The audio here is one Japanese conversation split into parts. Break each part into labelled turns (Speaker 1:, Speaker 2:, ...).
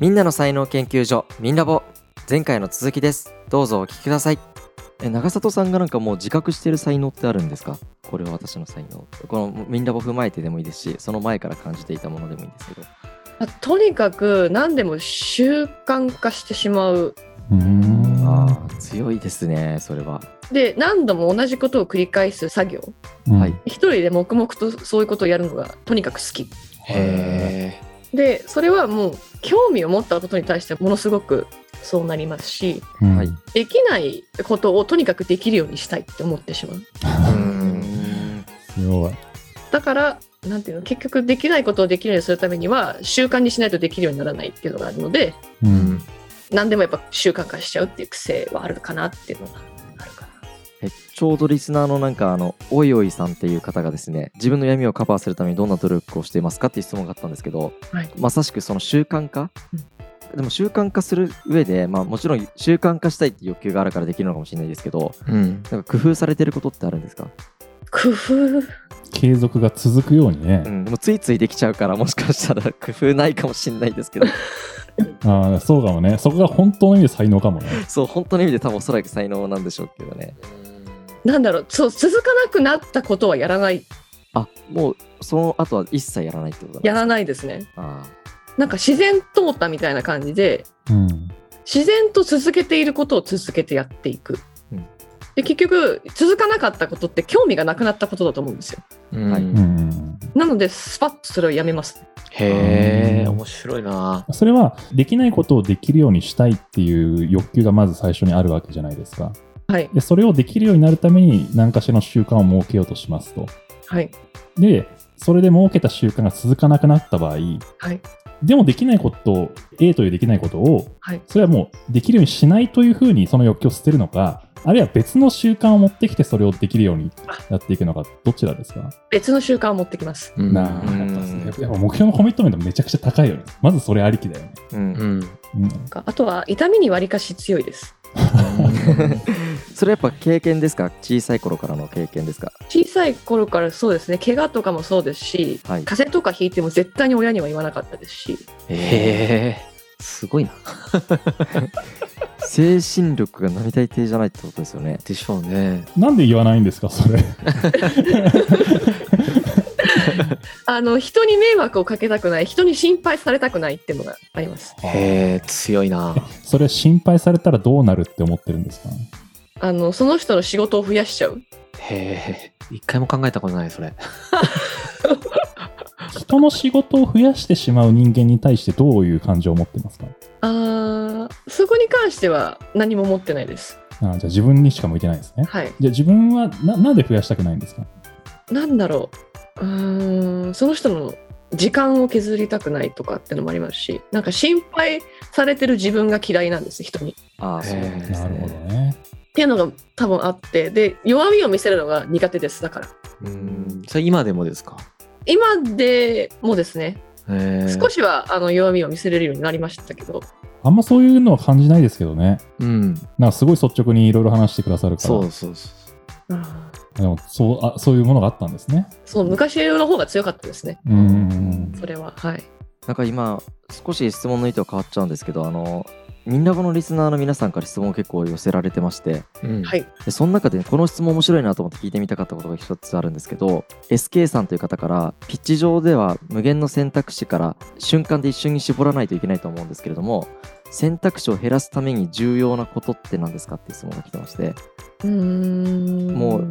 Speaker 1: みんなの才能研究所みんラボ前回の続きですどうぞお聞きくださいえ長里さんがなんかもう自覚してる才能ってあるんですかこれは私の才能このみんラボ踏まえてでもいいですしその前から感じていたものでもいいんですけど
Speaker 2: まあとにかく何でも習慣化してしまう
Speaker 3: うん
Speaker 1: ああ強いですねそれは
Speaker 2: で何度も同じことを繰り返す作業
Speaker 1: はい
Speaker 2: 一人で黙々とそういうことをやるのがとにかく好き
Speaker 1: へ
Speaker 2: でそれはもう興味を持ったことに対してものすごくそうなりますし
Speaker 3: うん
Speaker 1: はい
Speaker 2: できないことをとにかくできるようにしたいって思ってしまう
Speaker 1: え
Speaker 3: すごい
Speaker 2: だからなんていうの結局できないことをできるようにするためには習慣にしないとできるようにならないっていうのがあるので
Speaker 3: うん
Speaker 2: 何でもやっぱ習慣化しちゃうっていう癖はあるかなっていうのがあるかな
Speaker 1: えちょうどリスナーのなんかあのおいおいさんっていう方がですね自分の闇をカバーするためにどんな努力をしていますかっていう質問があったんですけど、
Speaker 2: はい
Speaker 1: まさしくその習慣化、でも習慣化する上で、まあ、もちろん習慣化したいっていう欲求があるからできるのかもしれないですけど
Speaker 4: うん、
Speaker 1: なんか工夫されてることってあるんですか、
Speaker 2: 工夫
Speaker 3: 継続が続くようにね
Speaker 1: う、ん、でもついついできちゃうからもしかしたら工夫ないかもしれないですけど
Speaker 3: ああそうかもねそこが本当の意味で才能かもね
Speaker 1: そう本当の意味で多分おそらく才能なんでしょうけどね
Speaker 2: なんだろうそう続かなくなったことはやらない
Speaker 1: あもうその後は一切やらないってことなんです
Speaker 2: やら
Speaker 1: い
Speaker 2: ないですね
Speaker 1: あ
Speaker 2: なんか自然淘汰みたいな感じで
Speaker 3: うん
Speaker 2: 自然と続けていることを続けてやっていく、
Speaker 1: うん
Speaker 2: で結局続かなかったことって興味がなくなったことだと思うんですよ
Speaker 4: うん
Speaker 1: はい
Speaker 3: うん
Speaker 2: なのでスパッとそれをやめます
Speaker 4: へえ
Speaker 3: うん
Speaker 4: 面白いな
Speaker 3: それはできないことをできるようにしたいっていう欲求がまず最初にあるわけじゃないですか
Speaker 2: はい
Speaker 3: でそれをできるようになるために何かしらの習慣を設けようとしますと
Speaker 2: はい
Speaker 3: でそれで設けた習慣が続かなくなった場合
Speaker 2: はい
Speaker 3: でもできないことを A というできないことを、
Speaker 2: はい
Speaker 3: それはもうできるようにしないというふうにその欲求を捨てるのかあるいは別の習慣を持ってきてそれをできるようにやっていくのかどちらですか
Speaker 2: 別の習慣を持ってきます
Speaker 4: うん
Speaker 3: なあ
Speaker 1: うん
Speaker 3: やっぱですねやっぱやっぱ目標のコミットメントめちゃくちゃ高いよねまずそれありきだよね、
Speaker 1: ーうん
Speaker 4: うん
Speaker 3: う
Speaker 2: な
Speaker 3: ん、
Speaker 2: んかあとは痛みにわりかし強いです
Speaker 1: それやっぱ経験ですか小さい頃からの経験ですか
Speaker 2: 小さい頃からそうですね怪我とかもそうですし
Speaker 1: はい
Speaker 2: 風邪とかひいても絶対に親には言わなかったですし
Speaker 4: へえすごいな
Speaker 1: 精神力が並大抵じゃないってことですよね
Speaker 4: でしょうね
Speaker 3: なんで言わないんですかそれ
Speaker 2: あの人に迷惑をかけたくない人に心配されたくないっていうのがあります
Speaker 4: へえ強いな
Speaker 3: それ心配されたらどうなるって思ってるんですか
Speaker 2: あのその人の仕事を増やしちゃう
Speaker 4: へえ一回も考えたことないそれ
Speaker 3: 人の仕事を増やしてしまう人間に対してどういう感情を持ってますか
Speaker 2: あーそこに関しては何も持ってないです
Speaker 3: あーじゃあ自分にしか向いてないですね
Speaker 2: はい
Speaker 3: じゃあ自分はななんで増やしたくないんですか
Speaker 2: なんだろううーんその人の時間を削りたくないとかってのもありますしなんか心配されてる自分が嫌いなんです人にっ
Speaker 1: ああそうなんですね
Speaker 3: なるほどね
Speaker 2: ていうのが多分あってで弱みを見せるのが苦手ですだから
Speaker 4: うんそれ今でもですか
Speaker 2: 今でもですね
Speaker 4: へえ
Speaker 2: 少しはあの弱みを見せれるようになりましたけど
Speaker 3: あんまそういうのは感じないですけどね
Speaker 4: うん
Speaker 3: なんかすごい率直にいろいろ話してくださるから
Speaker 4: そうそうそう
Speaker 3: でもそうあそういうものがあったんですね
Speaker 2: そう昔の方が強かったですね
Speaker 3: うんうんうん
Speaker 2: それははい
Speaker 1: なんか今少し質問の意図が変わっちゃうんですけどあのみんなこのリスナーの皆さんから質問を結構寄せられてまして
Speaker 4: うん
Speaker 2: はい
Speaker 1: でその中でこの質問面白いなと思って聞いてみたかったことが一つあるんですけど SK さんという方からピッチ上では無限の選択肢から瞬間で一瞬に絞らないといけないと思うんですけれども選択肢を減らすために重要なことって何ですかっていう質問が来てまして
Speaker 2: うーん
Speaker 1: もう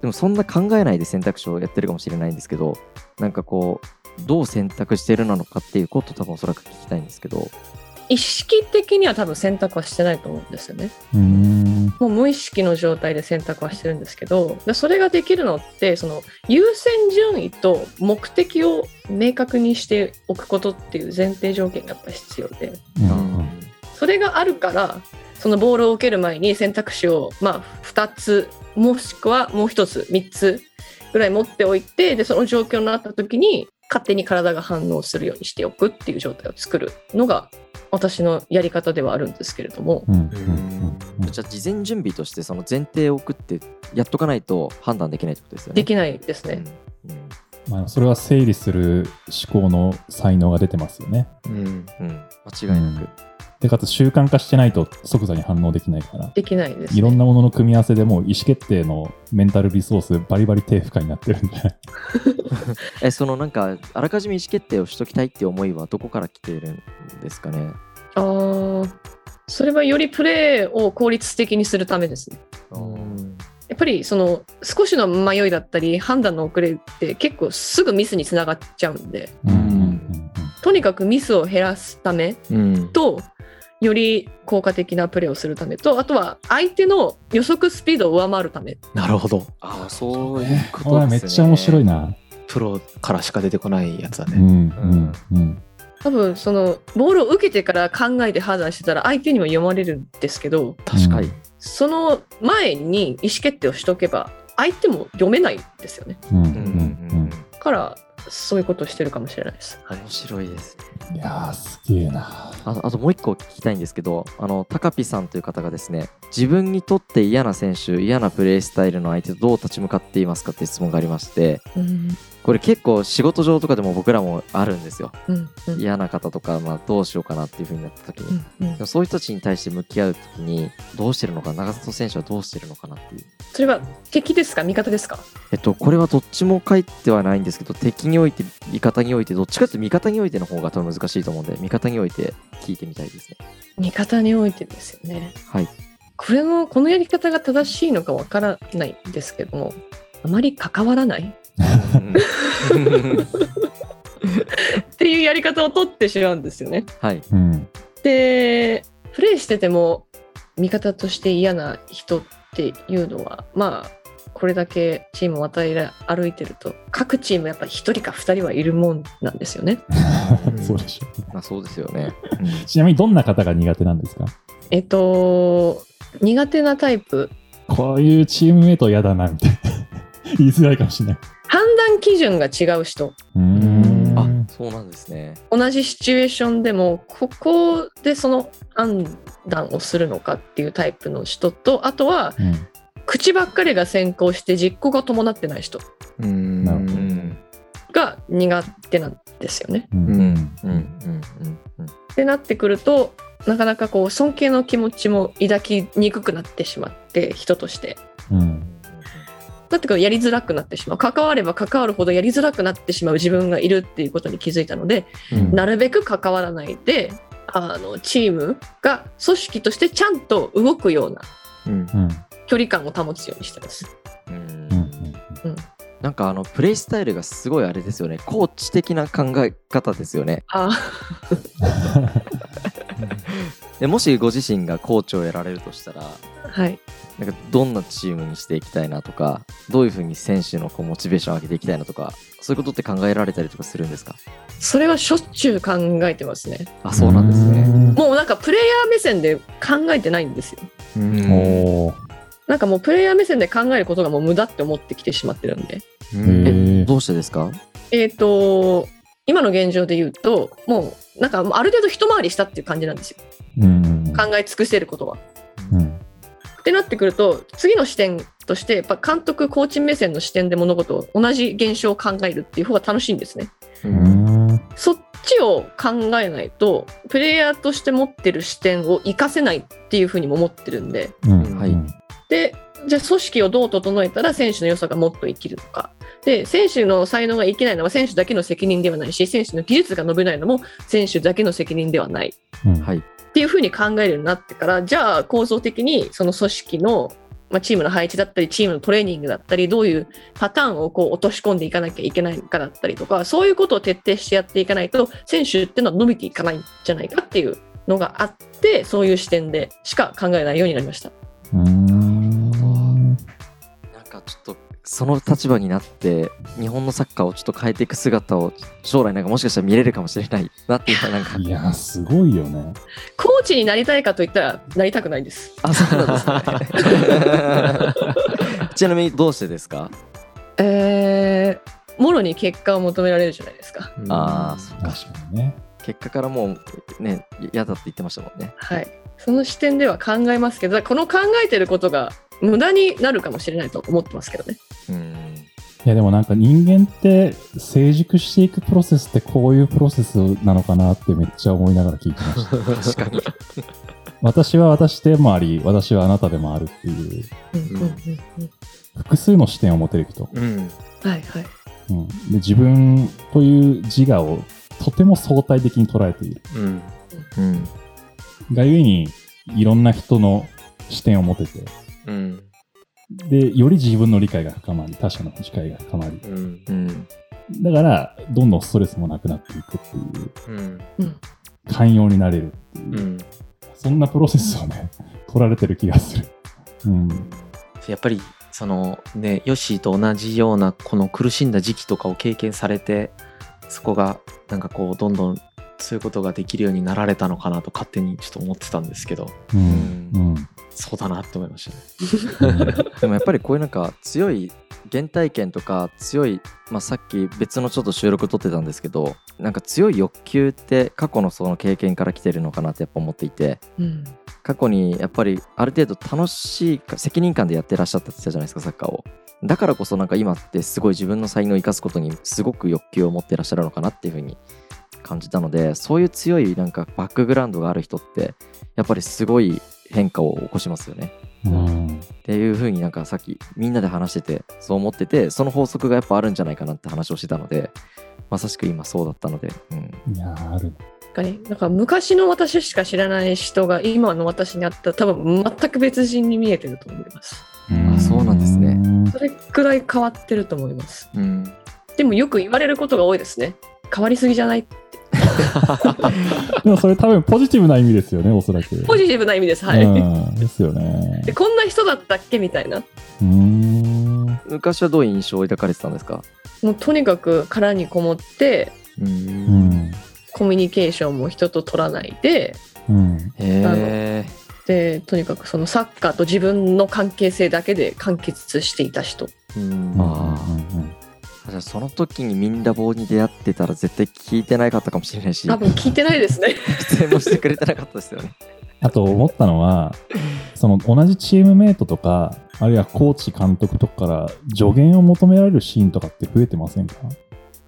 Speaker 1: でもそんな考えないで選択肢をやってるかもしれないんですけどなんかこうどう選択してるなのかっていうこと多分おそらく聞きたいんですけど
Speaker 2: 意識的には多分選択はしてないと思うんですよね
Speaker 3: うん
Speaker 2: もう無意識の状態で選択はしてるんですけどでそれができるのってその優先順位と目的を明確にしておくことっていう前提条件がやっぱ必要で
Speaker 3: うん
Speaker 2: それがあるからそのボールを受ける前に選択肢をまあ2つもしくはもう1つ3つぐらい持っておいてでその状況になった時に勝手に体が反応するようにしておくっていう状態を作るのが私のやり方ではあるんですけれども
Speaker 3: うんうんうんうん
Speaker 1: じゃあ事前準備としてその前提を送ってやっとかないと判断できないってことですよね。
Speaker 2: できないですね。
Speaker 1: うんうん
Speaker 3: まあ、それは整理する思考の才能が出てますよね。
Speaker 4: うん。
Speaker 1: うん、間違いなく。
Speaker 3: で、かつ習慣化してないと即座に反応できないから、
Speaker 2: できないです、ね。
Speaker 3: いろんなものの組み合わせでもう意思決定のメンタルリソースバリバリ低負荷になってるんじゃない
Speaker 1: え、そのなんか、あらかじめ意思決定をしときたいって思いはどこから来ているんですかね。
Speaker 2: あーそれはよりプレーを効率的にするためですね。
Speaker 4: うん
Speaker 2: やっぱりその少しの迷いだったり判断の遅れって結構すぐミスにつながっちゃうんで
Speaker 3: うんうんうん。
Speaker 2: とにかくミスを減らすため
Speaker 4: うん。
Speaker 2: とより効果的なプレーをするためとあとは相手の予測スピードを上回るため
Speaker 4: なるほど。
Speaker 1: ああ、そううんいう
Speaker 3: ね
Speaker 1: こと
Speaker 3: これはめっちゃ面白い。な。
Speaker 4: プロからしか出てこないやつだ
Speaker 3: う
Speaker 4: ね。
Speaker 3: んうんうん。
Speaker 2: 多分そのボールを受けてから考えて判断してたら相手にも読まれるんですけど
Speaker 1: 確かに。
Speaker 2: その前に意思決定をしとけば相手も読めないんですよね
Speaker 3: うんう
Speaker 1: うん
Speaker 3: んうんうん。
Speaker 2: だからそういうことをしてるかもしれないです。
Speaker 1: 面白いですね。
Speaker 3: いやー、すげえな。
Speaker 1: ああともう一個聞きたいんですけど、あの、高ピさんという方がですね、自分にとって嫌な選手、嫌なプレースタイルの相手とどう立ち向かっていますかって質問がありまして、
Speaker 2: うん
Speaker 1: これ結構仕事上とかでも僕らもあるんですよ。
Speaker 2: うんうん
Speaker 1: 嫌な方とか、まあどうしようかなっていうふうになった時
Speaker 2: う
Speaker 1: に。
Speaker 2: んうん
Speaker 1: でもそういう人たちに対して向き合うときに、どうしてるのか、長里選手はどうしてるのかなっていう。
Speaker 2: それは敵ですか味方ですか
Speaker 1: えっと、これはどっちも書いてはないんですけど、敵において、味方において、どっちかというと味方においての方が多分難しいと思うんで、味方において聞いてみたいですね。
Speaker 2: 味方においてですよね。
Speaker 1: はい。
Speaker 2: これのこのやり方が正しいのかわからないんですけどもあまり関わらないっていうやり方を取ってしまうんですよね。
Speaker 1: はい。
Speaker 3: うん。
Speaker 2: でプレイしてても味方として嫌な人っていうのはまあこれだけチームを与えら歩いてると各チームやっぱり1人か2人はいるもんなんですよね。
Speaker 3: そうでしょ。
Speaker 1: まあそうですよね。
Speaker 3: ちなみにどんな方が苦手なんですか
Speaker 2: えっと苦手なタイプ
Speaker 3: こういうチームメイト嫌だな、みたいな。 言いづらいかもしれない。
Speaker 2: 判断基準が違う人
Speaker 3: うーん。
Speaker 1: あ、そうなんですね。
Speaker 2: 同じシチュエーションでもここでその判断をするのかっていうタイプの人とあとは
Speaker 3: うん
Speaker 2: 口ばっかりが先行して実行が伴ってない人
Speaker 4: うん。
Speaker 3: なるほ
Speaker 1: う
Speaker 3: ど
Speaker 1: ん。
Speaker 2: が苦手なんですよね。
Speaker 3: う
Speaker 4: うんん。
Speaker 1: うん。うん。うん。
Speaker 2: ってなってくるとなかなかこう尊敬の気持ちも抱きにくくなってしまって人として。
Speaker 3: うん。
Speaker 2: だってこうやりづらくなってしまう関われば関わるほどやりづらくなってしまう自分がいるっていうことに気づいたので
Speaker 3: うん
Speaker 2: なるべく関わらないであのチームが組織としてちゃんと動くような
Speaker 4: うん。
Speaker 3: うん。
Speaker 2: 距離感を保つようにしてます。
Speaker 1: うん
Speaker 3: う
Speaker 1: うんんなんかあのプレイスタイルがすごいあれですよね。コーチ的な考え方ですよね。
Speaker 2: あ
Speaker 1: でもしご自身がコーチをやられるとしたら、
Speaker 2: ーはい、
Speaker 1: なんかどんなチームにしていきたいなとか、どういうふうに選手のこうモチベーションを上げていきたいなとか、そういうことって考えられたりとかするんですか
Speaker 2: それはしょっちゅう考えてますね。
Speaker 1: あ、そうなんですね。
Speaker 3: ね。
Speaker 2: もうなんかプレイヤー目線で考えてないんですよ。
Speaker 4: うん
Speaker 3: おお。
Speaker 2: なんかもうプレイヤー目線で考えることがもう無駄って思ってきてしまってるんで。
Speaker 4: うん
Speaker 3: へー
Speaker 1: え、どうしてですか
Speaker 2: えっ、と今の現状で言うともうなんかある程度一回りしたっていう感じなんですよ
Speaker 3: うん。
Speaker 2: 考え尽くしてることは。
Speaker 3: うん。
Speaker 2: ってなってくると次の視点としてやっぱ監督コーチ目線の視点で物事を同じ現象を考えるっていう方が楽しいんですね。
Speaker 3: うん。
Speaker 2: そっちを考えないとプレイヤーとして持ってる視点を活かせないっていうふうにも思ってるんで
Speaker 3: うん。
Speaker 1: はい
Speaker 3: うん
Speaker 2: でじゃあ組織をどう整えたら選手の良さがもっと生きるのかで選手の才能が生きないのは選手だけの責任ではないし選手の技術が伸びないのも選手だけの責任ではないっ
Speaker 3: うん
Speaker 1: はい。
Speaker 2: ていうふうに考えるようになってからじゃあ構造的にその組織の、まあ、チームの配置だったりチームのトレーニングだったりどういうパターンをこう落とし込んでいかなきゃいけないのかだったりとかそういうことを徹底してやっていかないと選手っていうのは伸びていかないんじゃないかっていうのがあってそういう視点でしか考えないようになりました。
Speaker 3: うーん。
Speaker 1: なんかちょっとその立場になって日本のサッカーをちょっと変えていく姿を将来なんかもしかしたら見れるかもしれないなっていうのはなんか
Speaker 3: いやー、すごいよね。
Speaker 2: コーチになりたいかといったらなりたくないです。
Speaker 1: あそうなんです ねちなみにどうしてですか
Speaker 2: えー、もろに結果を求められるじゃないですか。
Speaker 1: ああそうか
Speaker 3: 確かにね。
Speaker 1: 結果からもうね嫌だって言ってましたもんね
Speaker 2: はい。その視点では考えますけど、この考えてることが無駄になるかもしれないと思ってますけどね。
Speaker 1: うん
Speaker 3: いやでもなんか人間って成熟していくプロセスってこういうプロセスなのかなってめっちゃ思いながら聞いてま した
Speaker 4: 確かに。
Speaker 3: 私は私でもあり私はあなたでもあるっていう
Speaker 2: うんうんうんうん
Speaker 3: 複数の視点を持てる人、
Speaker 4: うん。
Speaker 2: はいはい。
Speaker 3: うん、で自分という自我をとても相対的に捉えている
Speaker 4: うん。
Speaker 1: うん。
Speaker 3: がゆえにいろんな人の視点を持てて
Speaker 4: うん。
Speaker 3: でより自分の理解が深まり他者の理解が深まり
Speaker 4: うん。
Speaker 1: うん。
Speaker 3: だからどんどんストレスもなくなっていくっていう
Speaker 4: うん。
Speaker 3: 寛容になれる
Speaker 4: うん。
Speaker 3: そんなプロセスをね、取られてる気がする。うん。
Speaker 4: やっぱり、そのね、ヨッシーと同じような、この苦しんだ時期とかを経験されて、そこが、なんかこう、どんどん、そういうことができるようになられたのかなと勝手にちょっと思ってたんですけど、
Speaker 3: うん。うん。
Speaker 4: そうだなって思いましたね。
Speaker 1: でもやっぱりこういうなんか強い原体験とか強い、まあ、さっき別のちょっと収録撮ってたんですけどなんか強い欲求って過去のその経験から来てるのかなってやっぱ思っていて
Speaker 2: うん
Speaker 1: 過去にやっぱりある程度楽しいか責任感でやってらっしゃったって言ってたじゃないですかサッカーをだからこそなんか今ってすごい自分の才能を生かすことにすごく欲求を持ってらっしゃるのかなっていうふうに感じたのでそういう強いなんかバックグラウンドがある人ってやっぱりすごい変化を起こしますよね
Speaker 3: うん。
Speaker 1: っていう風になんかさっきみんなで話しててそう思っててその法則がやっぱあるんじゃないかなって話をしてたのでまさしく今そうだったので、うん、
Speaker 3: いやー、ある。
Speaker 2: 確かになんか昔の私しか知らない人が今の私にあったら多分全く別人に見えてると思います
Speaker 1: あそうなんですね
Speaker 2: それくらい変わってると思います
Speaker 4: うん。
Speaker 2: でもよく言われることが多いですね変わりすぎじゃない
Speaker 3: でもそれ多分ポジティブな意味ですよね、おそらく。
Speaker 2: ポジティブな意味ですはい、
Speaker 3: うん。ですよね
Speaker 2: で。こんな人だったっけみたいな
Speaker 3: うーん。
Speaker 1: 昔はどういう印象を抱かれてたんですか
Speaker 2: もうとにかく殻にこもって
Speaker 4: う。
Speaker 3: うんん。
Speaker 2: コミュニケーションも人と取らないで
Speaker 3: うん。
Speaker 1: へえ
Speaker 2: でとにかくそのサッカーと自分の関係性だけで完結していた人
Speaker 4: うん
Speaker 1: あじゃあその時にミンラボに出会ってたら絶対聞いてなかったかもしれないし
Speaker 2: 多分聞いてないですね
Speaker 1: 出演もしてくれてなかったですよね
Speaker 3: あと思ったのは、その同じチームメイトとか、あるいはコーチ、監督とかから助言を求められるシーンとかって増えてませんか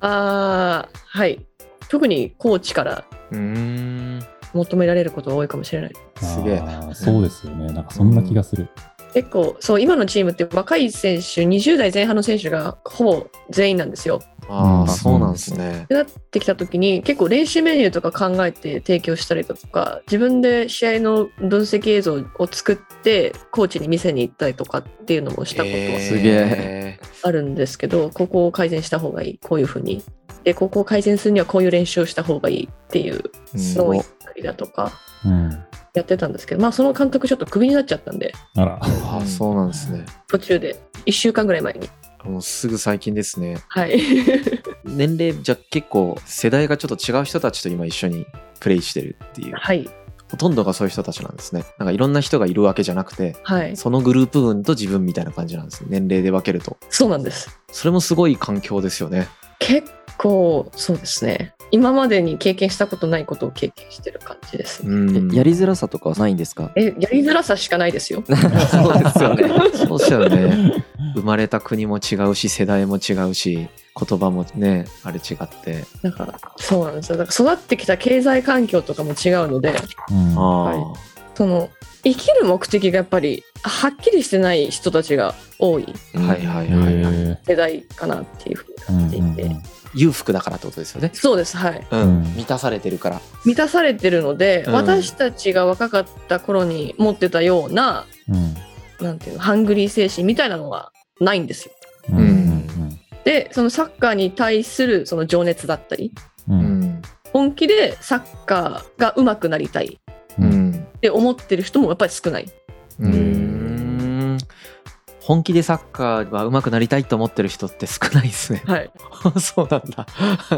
Speaker 2: ああはい特にコーチから
Speaker 4: うん。
Speaker 2: 求められることが多いかもしれない
Speaker 4: すげえ
Speaker 3: あーそうですよね。なんかそんな気がする。
Speaker 2: 結構そう今のチームって若い選手20代前半の選手がほぼ全員なんですよ
Speaker 4: あ
Speaker 3: うん
Speaker 4: あ、そうなんですね
Speaker 2: っ。てなってきた時に結構練習メニューとか考えて提供したりだとか自分で試合の分析映像を作ってコーチに見せに行ったりとかっていうのもしたことは
Speaker 1: すげ
Speaker 4: え。
Speaker 2: あるんですけど、ここを改善した方がいいこういうふうにでここを改善するにはこういう練習をした方がいいっていうのを言ったりだとか
Speaker 3: うん。
Speaker 2: やってたんですけどまあその監督ちょっとクビになっちゃったんで
Speaker 3: あら。
Speaker 4: ああ、そうなんですね。
Speaker 2: 途中で1週間ぐらい前に
Speaker 4: もうすぐ最近ですね。
Speaker 2: はい
Speaker 4: 年齢じゃ結構世代がちょっと違う人たちと今一緒にプレイしてるって いう
Speaker 2: はい
Speaker 4: ほとんどがそういう人たちなんですねなんかいろんな人がいるわけじゃなくて
Speaker 2: はい
Speaker 4: そのグループ分と自分みたいな感じなんですね年齢で分けると
Speaker 2: そうなんです
Speaker 4: それもすごい環境ですよね
Speaker 2: 結構そうですね今までに経験したことないことを経験してる感じです、
Speaker 4: うん
Speaker 1: えやりづらさとかはないんですか
Speaker 2: えやりづらさしかない ですよ
Speaker 1: そうですよね
Speaker 4: そうですよね生まれた国も違うし世代も違うし言葉もねあれ違って
Speaker 2: なんかそうなんですよだから育ってきた経済環境とかも違うので
Speaker 3: うん
Speaker 4: ああ、
Speaker 1: は
Speaker 2: その生きる目的がやっぱりはっきりしてない人たちが多い
Speaker 4: はいはい
Speaker 3: へ
Speaker 4: はいはい
Speaker 3: え
Speaker 2: 世代かなっていうふうに
Speaker 3: う
Speaker 2: 感
Speaker 3: ん
Speaker 2: じていて、
Speaker 4: 裕福だからってことですよね
Speaker 2: そうですはい
Speaker 4: うん、
Speaker 3: うん
Speaker 4: 満たされてるから
Speaker 2: 満たされてるので、
Speaker 4: うん
Speaker 2: 私たちが若かった頃に持ってたような
Speaker 3: うん
Speaker 2: なんていうのハングリー精神みたいなのはないんですよ
Speaker 3: うんうん
Speaker 2: でそのサッカーに対するその情熱だったり
Speaker 3: う
Speaker 4: うんん
Speaker 2: 本気でサッカーが上手くなりたいっ
Speaker 4: うん
Speaker 2: て思ってる人もやっぱり少ない。
Speaker 4: うーん本気でサッカーは上手くなりたいと思ってる人って少ないですね
Speaker 2: はい
Speaker 4: そうなんだ。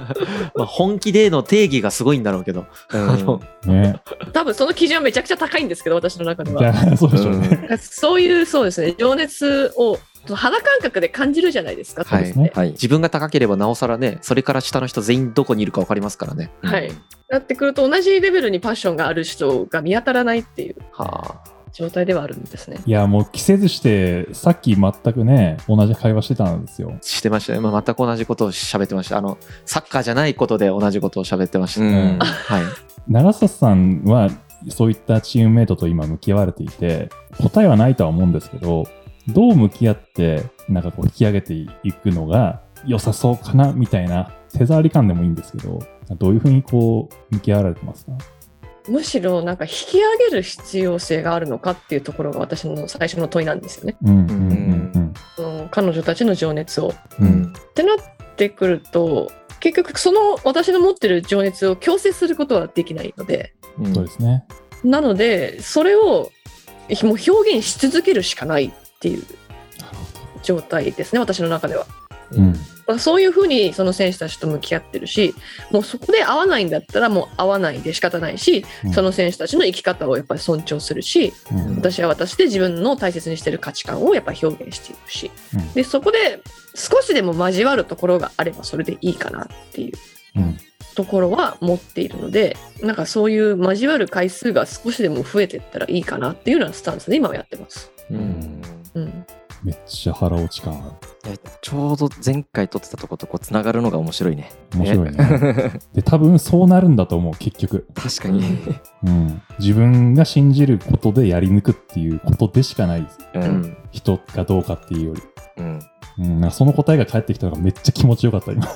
Speaker 4: まあ本気での定義がすごいんだろうけど。あの
Speaker 3: ね
Speaker 2: 多分その基準はめちゃくちゃ高いんですけど私の中で
Speaker 3: い
Speaker 2: は
Speaker 3: やそうでしょう
Speaker 4: うん
Speaker 3: ね
Speaker 2: そういうそうですね情熱を肌感覚で感じるじゃないですか
Speaker 4: はい
Speaker 2: それって
Speaker 1: はい
Speaker 4: 自分が高ければなおさらね、それから下の人全員どこにいるか分かりますからね。
Speaker 2: はいなってくると同じレベルにパッションがある人が見当たらないっていう
Speaker 4: はあ。
Speaker 2: 状態ではあるんですね。
Speaker 3: いや、もう着せずして、さっき全くね、同じ会話してたんですよ。
Speaker 4: してましたね、まあ、全く同じことを喋ってましたあのサッカーじゃないことで同じことを喋ってました、
Speaker 1: うん
Speaker 4: はい、
Speaker 3: 長里さんは、そういったチームメイトと今向き合われていて、答えはないとは思うんですけど、どう向き合って、なんかこう引き上げていくのが良さそうかな、みたいな、手触り感でもいいんですけど、どういうふうにこう、向き合われてますか
Speaker 2: むしろなんか引き上げる必要性があるのかっていうところが私の最初の問いなんですよね。
Speaker 3: うん、うん、うん、うん。
Speaker 2: その彼女たちの情熱を。っ
Speaker 3: うん
Speaker 2: てなってくると結局その私の持ってる情熱を強制することはできないので
Speaker 4: うん
Speaker 3: そうですね。
Speaker 2: なのでそれをもう表現し続けるしかないっていう状態ですね私の中では。
Speaker 3: うん。
Speaker 2: まあそういうふうにその選手たちと向き合ってるしもうそこで合わないんだったらもう合わないで仕方ないし、
Speaker 3: うん
Speaker 2: その選手たちの生き方をやっぱり尊重するし
Speaker 3: うん
Speaker 2: 私は私で自分の大切にしてる価値観をやっぱ表現していくし、
Speaker 3: うん
Speaker 2: でそこで少しでも交わるところがあればそれでいいかなっていう
Speaker 3: うん
Speaker 2: ところは持っているのでなんかそういう交わる回数が少しでも増えていったらいいかなっていうようなスタンスで今はやってます。
Speaker 4: うん
Speaker 2: うん、
Speaker 3: めっちゃ腹落ち感ある。
Speaker 1: えちょうど前回撮ってたとことこうつながるのが面白いね
Speaker 3: 面白いね。 で、多分そうなるんだと思う、結局。
Speaker 1: 確かに、
Speaker 3: うん。自分が信じることでやり抜くっていうことでしかない
Speaker 1: うん
Speaker 4: う
Speaker 1: うん
Speaker 4: ん
Speaker 3: 人がどうかっていうより。うん、なんかその答えが返ってきたのがめっちゃ気持ちよかった、今。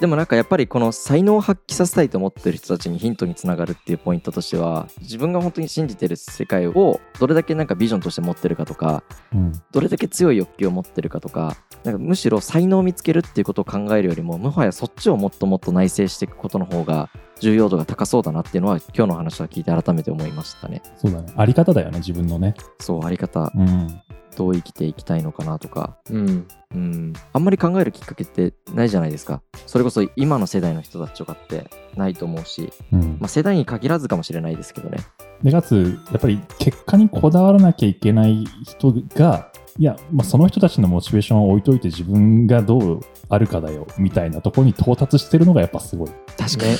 Speaker 1: でもなんかやっぱりこの才能を発揮させたいと思ってる人たちにヒントにつながるっていうポイントとしては自分が本当に信じてる世界をどれだけなんかビジョンとして持ってるかとか
Speaker 3: うん。
Speaker 1: どれだけ強い欲求を持ってるかとかなんかむしろ才能を見つけるっていうことを考えるよりももはやそっちをもっともっと内省していくことの方が重要度が高そうだなっていうのは今日の話は聞いて改めて思いましたね。
Speaker 3: そうだね。あり方だよね、自分のね。
Speaker 1: そうあり方
Speaker 3: うん。
Speaker 1: どう生きていきたいのかなとか
Speaker 4: うん
Speaker 1: うんあんまり考えるきっかけってないじゃないですかそれこそ今の世代の人たちとかってないと思うし、
Speaker 3: うん
Speaker 1: まあ、世代に限らずかもしれないですけどね
Speaker 3: で、かつ、やっぱり結果にこだわらなきゃいけない人が、いや、まあ、その人たちのモチベーションを置いといて自分がどうあるかだよ、みたいなところに到達してるのがやっぱすごい。
Speaker 1: 確
Speaker 4: ね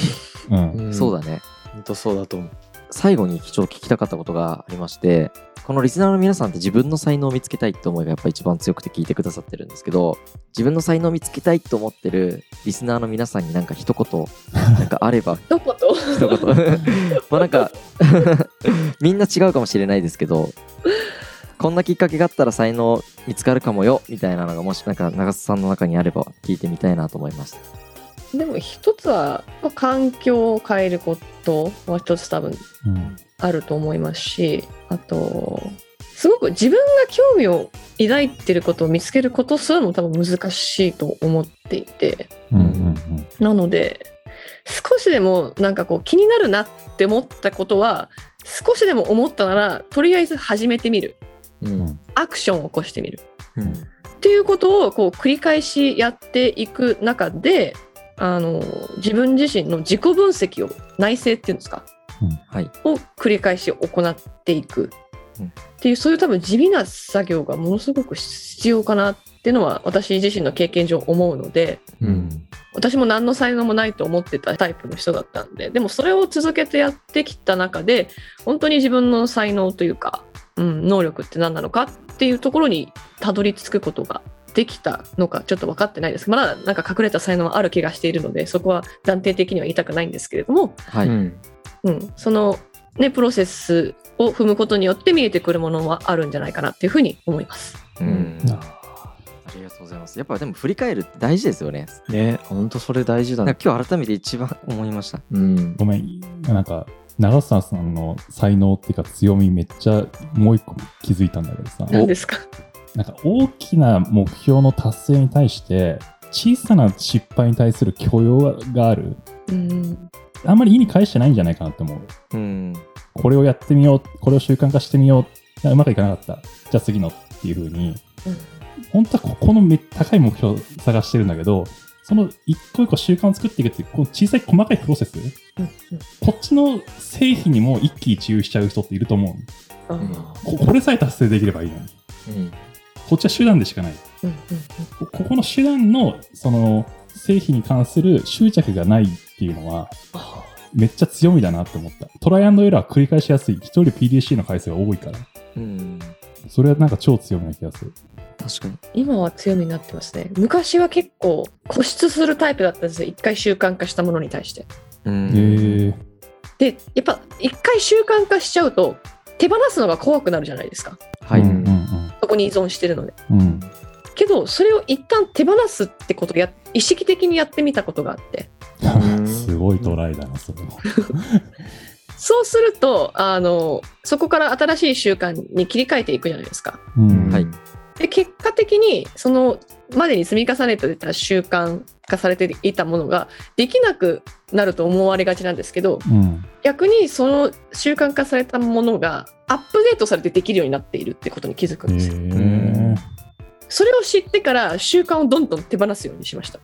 Speaker 3: うん。
Speaker 4: ん
Speaker 1: そうだね
Speaker 4: 本当そうだと思う
Speaker 1: 最後にちょっと聞きたかったことがありましてこのリスナーの皆さんって自分の才能を見つけたいって思いがやっぱ一番強くて聞いてくださってるんですけど自分の才能を見つけたいと思ってるリスナーの皆さんになんか一言なんかあれば
Speaker 2: どこと
Speaker 1: 一言 まあなんか みんな違うかもしれないですけどこんなきっかけがあったら才能見つかるかもよみたいなのがもしなんか長瀬さんの中にあれば聞いてみたいなと思います
Speaker 2: でも一つはまあ環境を変えることは一つ多分
Speaker 3: うん。
Speaker 2: あると思いますしあとすごく自分が興味を抱いてることを見つけることすらも多分難しいと思っていて
Speaker 3: うん。うん。
Speaker 2: なので少しでもなんかこう気になるなって思ったことは少しでも思ったならとりあえず始めてみる
Speaker 4: うん
Speaker 2: アクションを起こしてみる
Speaker 4: うん
Speaker 2: っていうことをこう繰り返しやっていく中であの自分自身の自己分析を内省っていうんですか
Speaker 1: はい
Speaker 2: を繰り返し行っていく
Speaker 1: うん
Speaker 2: っていうそういう多分地味な作業がものすごく必要かなっていうのは私自身の経験上思うので
Speaker 3: うん。
Speaker 4: うん
Speaker 2: 私も何の才能もないと思ってたタイプの人だったんででもそれを続けてやってきた中で本当に自分の才能というか、うん、能力って何なのかっていうところにたどり着くことができたのかちょっと分かってないですまだなんか隠れた才能はある気がしているのでそこは断定的には言いたくないんですけれども
Speaker 1: はい、
Speaker 4: うん
Speaker 2: うん、その、ね、プロセスを踏むことによって見えてくるものはあるんじゃないかなっていうふうに思います。
Speaker 1: うん
Speaker 3: うん
Speaker 1: ありがとうございますやっぱでも振り返るって大事ですよね
Speaker 4: ね本当それ大事だ
Speaker 1: なん
Speaker 4: ね
Speaker 1: か今日改めて一番思いました
Speaker 4: うん
Speaker 3: ごめん、なんか、長澤さんの才能っていうか強みめっちゃもう一個気づいたんだけどさ、
Speaker 2: 何ですか
Speaker 3: なんか大きな目標の達成に対して、小さな失敗に対する許容がある。
Speaker 2: うん
Speaker 3: あんまり意に返してないんじゃないかなって思う。
Speaker 1: うん
Speaker 3: これをやってみよう、これを習慣化してみよう、うまくいかなかった。じゃあ次のっていう風に、本当はここのめ高い目標を探してるんだけど、その一個一個習慣を作っていくっていう、この小さい細かいプロセス、
Speaker 2: うん
Speaker 3: こっちの製品にも一喜一憂しちゃう人っていると思う。
Speaker 2: あ
Speaker 4: うん
Speaker 3: ここれさえ達成できればいいのに。
Speaker 4: うん
Speaker 3: こっちは手段でしかない。
Speaker 2: うん
Speaker 3: こここの手段の、その、製品に関する執着がないっていうのは、めっちゃ強みだなって思った。トライアンドエラー繰り返しやすい。一人 PDC の回数が多いから。
Speaker 1: うん、
Speaker 3: それはなんか超強みな気がする。
Speaker 1: 確かに。
Speaker 2: 今は強みになってますね昔は結構固執するタイプだったんですよ一回習慣化したものに対して
Speaker 1: うん
Speaker 3: へえ。
Speaker 2: でやっぱ一回習慣化しちゃうと手放すのが怖くなるじゃないですか
Speaker 1: はい、
Speaker 3: うん
Speaker 2: そこに依存してるので
Speaker 3: うんうん。うん。
Speaker 2: けどそれを一旦手放すってことをや意識的にやってみたことがあって
Speaker 4: う ん
Speaker 3: すごいトライだな、それも。
Speaker 2: そうするとあのそこから新しい習慣に切り替えていくじゃないですか
Speaker 3: うん。
Speaker 1: はい
Speaker 2: で結果的にそのまでに積み重ねていた習慣化されていたものができなくなると思われがちなんですけど
Speaker 3: うん。
Speaker 2: 逆にその習慣化されたものがアップデートされてできるようになっているってことに気づくんです、
Speaker 3: へえ。
Speaker 2: それを知ってから習慣をどんどん手放すようにしました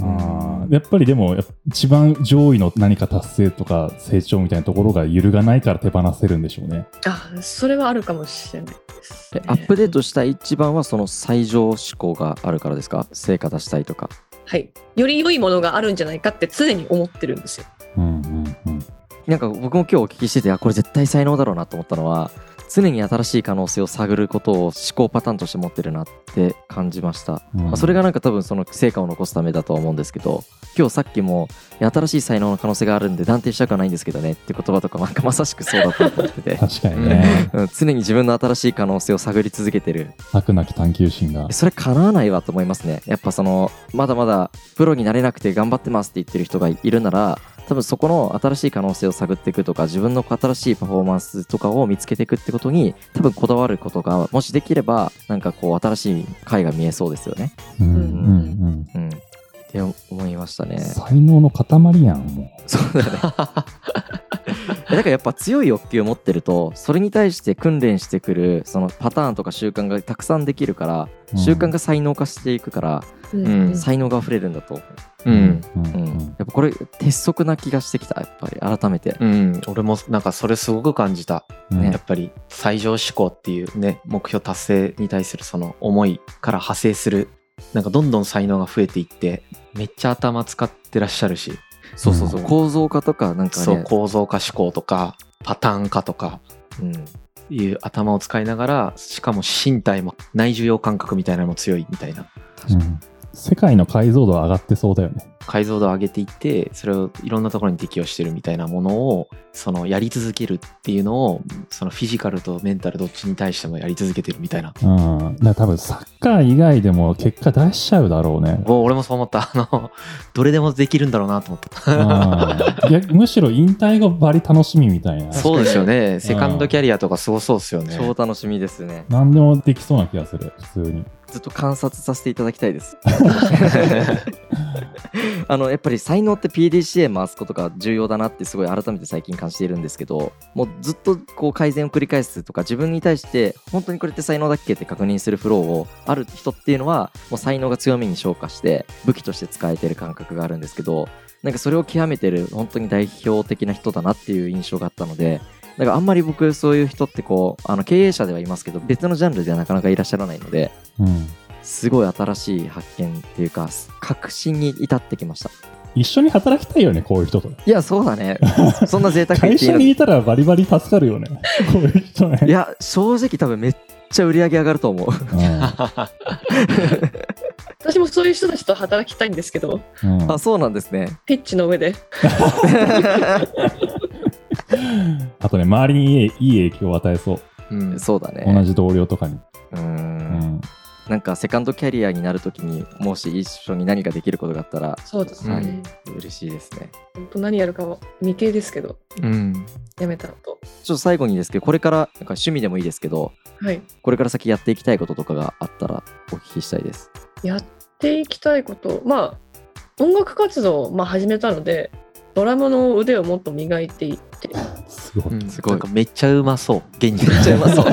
Speaker 3: あーやっぱりでもやっぱ一番上位の何か達成とか成長みたいなところが揺るがないから手放せるんでしょうね。
Speaker 2: あそれはあるかもしれないです、
Speaker 1: えアップデートした一番はその最上志向があるからですか成果出したいとか。
Speaker 2: はい、より良いものがあるんじゃないかって常に思ってるんですよ。
Speaker 3: うんうんうん。
Speaker 1: なんか僕も今日お聞きしてて、あ、これ絶対才能だろうなと思ったのは、常に新しい可能性を探ることを思考パターンとして持ってるなって感じました。
Speaker 3: うん
Speaker 1: まあ、それがなんか多分その成果を残すためだとは思うんですけど今日さっきもいや新しい才能の可能性があるんで断定したくはないんですけどねって言葉とかなんかまさしくそうだと思って て、
Speaker 3: 確かにね、
Speaker 1: うん、常に自分の新しい可能性を探り続けてる
Speaker 3: 飽くなき探求心が。
Speaker 1: それ叶わないわと思いますねやっぱそのまだまだプロになれなくて頑張ってますって言ってる人がいるなら多分そこの新しい可能性を探っていくとか自分の新しいパフォーマンスとかを見つけていくってことに多分こだわることがもしできればなんかこう新しい回が見えそうですよね
Speaker 3: うん
Speaker 2: ん
Speaker 3: うんうん。
Speaker 1: うんって思いましたね
Speaker 3: 才能の塊やん、も
Speaker 1: そう だね。だからやっぱ強い欲求を持ってるとそれに対して訓練してくるそのパターンとか習慣がたくさんできるから
Speaker 3: う。
Speaker 1: 習慣が才能化していくから、
Speaker 2: うん
Speaker 4: うん
Speaker 1: 才能が溢れるんだと思
Speaker 3: う
Speaker 4: う
Speaker 3: んん。うん
Speaker 1: う、うんやっぱこれ鉄則な気がしてきたやっぱり改めて、
Speaker 4: うん、俺もなんかそれすごく感じた、
Speaker 3: うん
Speaker 1: ね
Speaker 4: やっぱり最上志向っていうね目標達成に対するその思いから派生するなんかどんどん才能が増えていってめっちゃ頭使ってらっしゃるし
Speaker 1: そうそうそう構造化とかなんかね
Speaker 4: そう構造化思考とかパターン化とか
Speaker 1: うん
Speaker 4: いう頭を使いながらしかも身体も内受容感覚みたいなのも強いみたいな
Speaker 3: うん世界の解像度は上がってそうだよね。
Speaker 4: 解像度を上げていってそれをいろんなところに適用してるみたいなものをそのやり続けるっていうのをそのフィジカルとメンタルどっちに対してもやり続けてるみたいな
Speaker 3: うん。だから多分サッカー以外でも結果出しちゃうだろうね。
Speaker 4: お俺もそう思ったあのどれでもできるんだろうなと思った
Speaker 3: うん逆むしろ引退がバリ楽しみみたいな。
Speaker 4: そうですよねセカンドキャリアとかすごそうですよね
Speaker 1: 超楽しみですね
Speaker 3: 何でもできそうな気がする、普通に。
Speaker 1: ずっと観察させていただきたいですあのやっぱり才能って PDCA 回すことが重要だなってすごい改めて最近感じているんですけどもうずっとこう改善を繰り返すとか自分に対して本当にこれって才能だっけって確認するフローをある人っていうのはもう才能が強みに昇華して武器として使えてる感覚があるんですけどなんかそれを極めてる本当に代表的な人だなっていう印象があったのでなんかあんまり僕そういう人ってこうあの経営者ではいますけど別のジャンルではなかなかいらっしゃらないので
Speaker 3: うん。
Speaker 1: すごい新しい発見っていうか確信に至ってきました
Speaker 3: 一緒に働きたいよね、こういう人と。
Speaker 1: いやそうだねそんな贅沢言
Speaker 3: 会
Speaker 1: っていい
Speaker 3: 社
Speaker 1: の
Speaker 3: にいたらバリバリ助かるよね。こういう人ね。
Speaker 1: いや正直多分めっちゃ売り上げ上がると思う
Speaker 2: 私もそういう人たちと働きたいんですけど
Speaker 3: うんうん
Speaker 1: あそうなんです ね
Speaker 2: ピッチの上で
Speaker 3: あとね、周りにいいいい影響を与えそう。
Speaker 4: うん、
Speaker 1: そうだね
Speaker 3: 同じ同僚とかに。
Speaker 1: うー
Speaker 3: うんん。
Speaker 1: なんかセカンドキャリアになるときにもし一緒に何かできることがあったら
Speaker 2: そうです
Speaker 4: ね
Speaker 2: ね、
Speaker 1: 嬉しいですね
Speaker 2: 本当何やるかは未定ですけど
Speaker 4: うん、
Speaker 2: やめたらと
Speaker 1: ちょっと最後にですけどこれからなんか趣味でもいいですけど
Speaker 2: はい
Speaker 1: これから先やっていきたいこととかがあったらお聞きしたい です
Speaker 2: やっていきたいことまあ音楽活動を、まあ、始めたのでドラムの腕をもっと磨いていっって。
Speaker 3: すごい。
Speaker 4: うん
Speaker 1: すごい
Speaker 4: なんかめっちゃうまそう現実
Speaker 1: めっちゃうまそう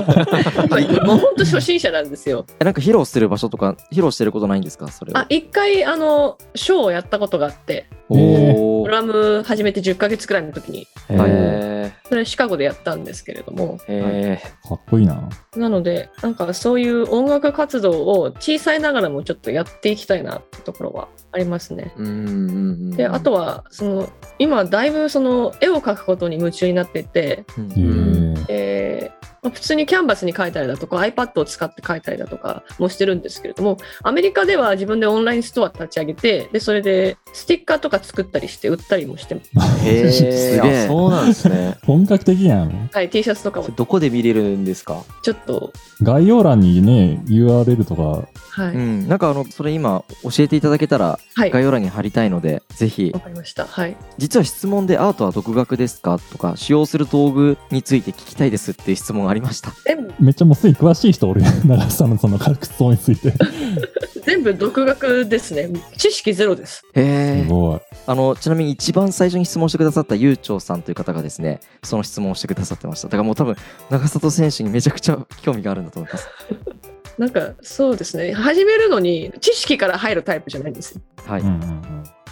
Speaker 2: もう本当初心者なんですよ。
Speaker 1: えなんか披露してる場所とか披露してることないんですかそれ
Speaker 2: あ、一回、あの、ショーをやったことがあって、
Speaker 1: お
Speaker 2: ド
Speaker 1: お、
Speaker 2: ラム始めて10ヶ月くらいの時に、
Speaker 4: へえ
Speaker 2: それシカゴでやったんですけれども、
Speaker 4: へえ
Speaker 3: かっこいいな。
Speaker 2: なので、なんかそういう音楽活動を小さいながらもちょっとやっていきたいなってところはありますね。
Speaker 4: うんうんうん
Speaker 2: で、あとは、その、今、だいぶその、絵を描くことに夢中になってて、
Speaker 4: う
Speaker 3: へえ
Speaker 4: ん
Speaker 2: えーまあ普通にキャンバスに描いたりだとか iPad を使って描いたりだとかもしてるんですけれどもアメリカでは自分でオンラインストア立ち上げてでそれでステッカーとか作ったりして売ったりもして、
Speaker 4: へえ
Speaker 1: すげえ
Speaker 4: あそうなんですね
Speaker 3: 本格的やん。
Speaker 2: はい、T シャツとかも
Speaker 4: そ れどこで見れるんですか
Speaker 2: ちょっと、
Speaker 3: 概要欄にね、URL とか、
Speaker 2: はい
Speaker 1: うん、なんかあのそれ今教えていただけたら
Speaker 2: はい
Speaker 1: 概要欄に貼りたいのでぜひ
Speaker 2: わかりましたはい
Speaker 1: 実は質問でアートは独学ですかとか使用する道具について聞きたいですっていう質問がありました
Speaker 2: 全部
Speaker 3: めっちゃもうすでに詳しい人おるやん。長瀬さんのその軽靴について。す
Speaker 2: 全部独学ですね知識ゼロです
Speaker 1: へえ
Speaker 3: ごい。
Speaker 1: あのちなみに一番最初に質問してくださったゆうちょうさんという方がですねその質問をしてくださってましただからもう多分長里選手にめちゃくちゃ興味があるんだと思います
Speaker 2: なんかそうですね始めるのに知識から入るタイプじゃないんですよ
Speaker 1: はい、
Speaker 3: うんうんうん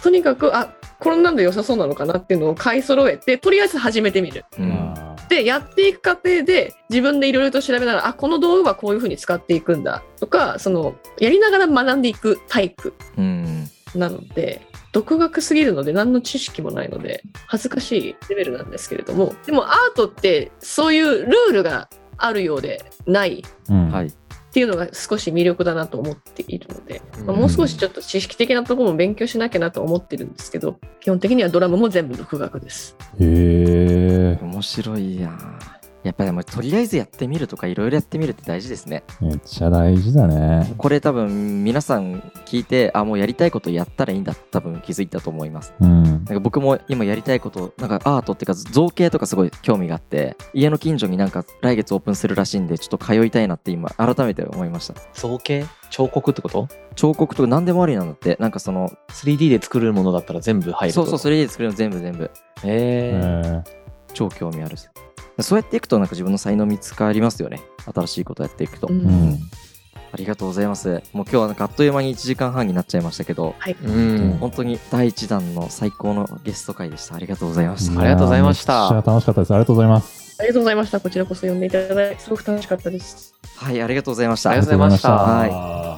Speaker 2: とにかくあこんなんで良さそうなのかなっていうのを買い揃えてとりあえず始めてみる
Speaker 1: うん
Speaker 3: あー
Speaker 2: でやっていく過程で自分でいろいろと調べながらあこの道具はこういうふうに使っていくんだとかそのやりながら学んでいくタイプ
Speaker 1: うん、
Speaker 2: なので独学すぎるので何の知識もないので恥ずかしいレベルなんですけれどもでもアートってそういうルールがあるようでないっ
Speaker 3: うん
Speaker 1: はい
Speaker 2: ていうのが少し魅力だなと思っているので、まあ
Speaker 3: うん
Speaker 2: もう少しちょっと知識的なところも勉強しなきゃなと思ってるんですけど基本的にはドラムも全部独学です。
Speaker 3: へえ。
Speaker 1: 面白いやんやっぱりでもとりあえずやってみるとかいろいろやってみるって大事ですね
Speaker 3: めっちゃ大事だね。
Speaker 1: これ多分皆さん聞いてあもうやりたいことやったらいいんだって多分気づいたと思います
Speaker 3: うん。
Speaker 1: なんか僕も今やりたいことなんかアートっていうか造形とかすごい興味があって家の近所になんか来月オープンするらしいんでちょっと通いたいなって今改めて思いました
Speaker 4: 造形彫刻ってこと
Speaker 1: 彫刻とか何でもありなんだってなんかその
Speaker 4: 3D で作るものだったら全部入る
Speaker 1: そうそう
Speaker 4: う
Speaker 1: それで作るの全部全部
Speaker 4: へえ
Speaker 3: え
Speaker 1: 超興味あるそうやっていくとなんか自分の才能見つかりますよね新しいことやっていくと、
Speaker 2: うん
Speaker 3: ーうん。
Speaker 1: ありがとうございますもう今日はなんかあっという間に1時間半になっちゃいましたけど
Speaker 2: はい、
Speaker 4: うん
Speaker 1: 本当に第1弾の最高のゲスト会でしたありがとうございました、
Speaker 4: ありがとうございました
Speaker 3: やーめっちゃ楽しかったです。ありがとうございます。
Speaker 2: ありがとうございましたこちらこそ呼んでいただいてすごく楽しかったです。
Speaker 1: はいありがとうございました
Speaker 4: ありがとうございました
Speaker 3: ありがとうございました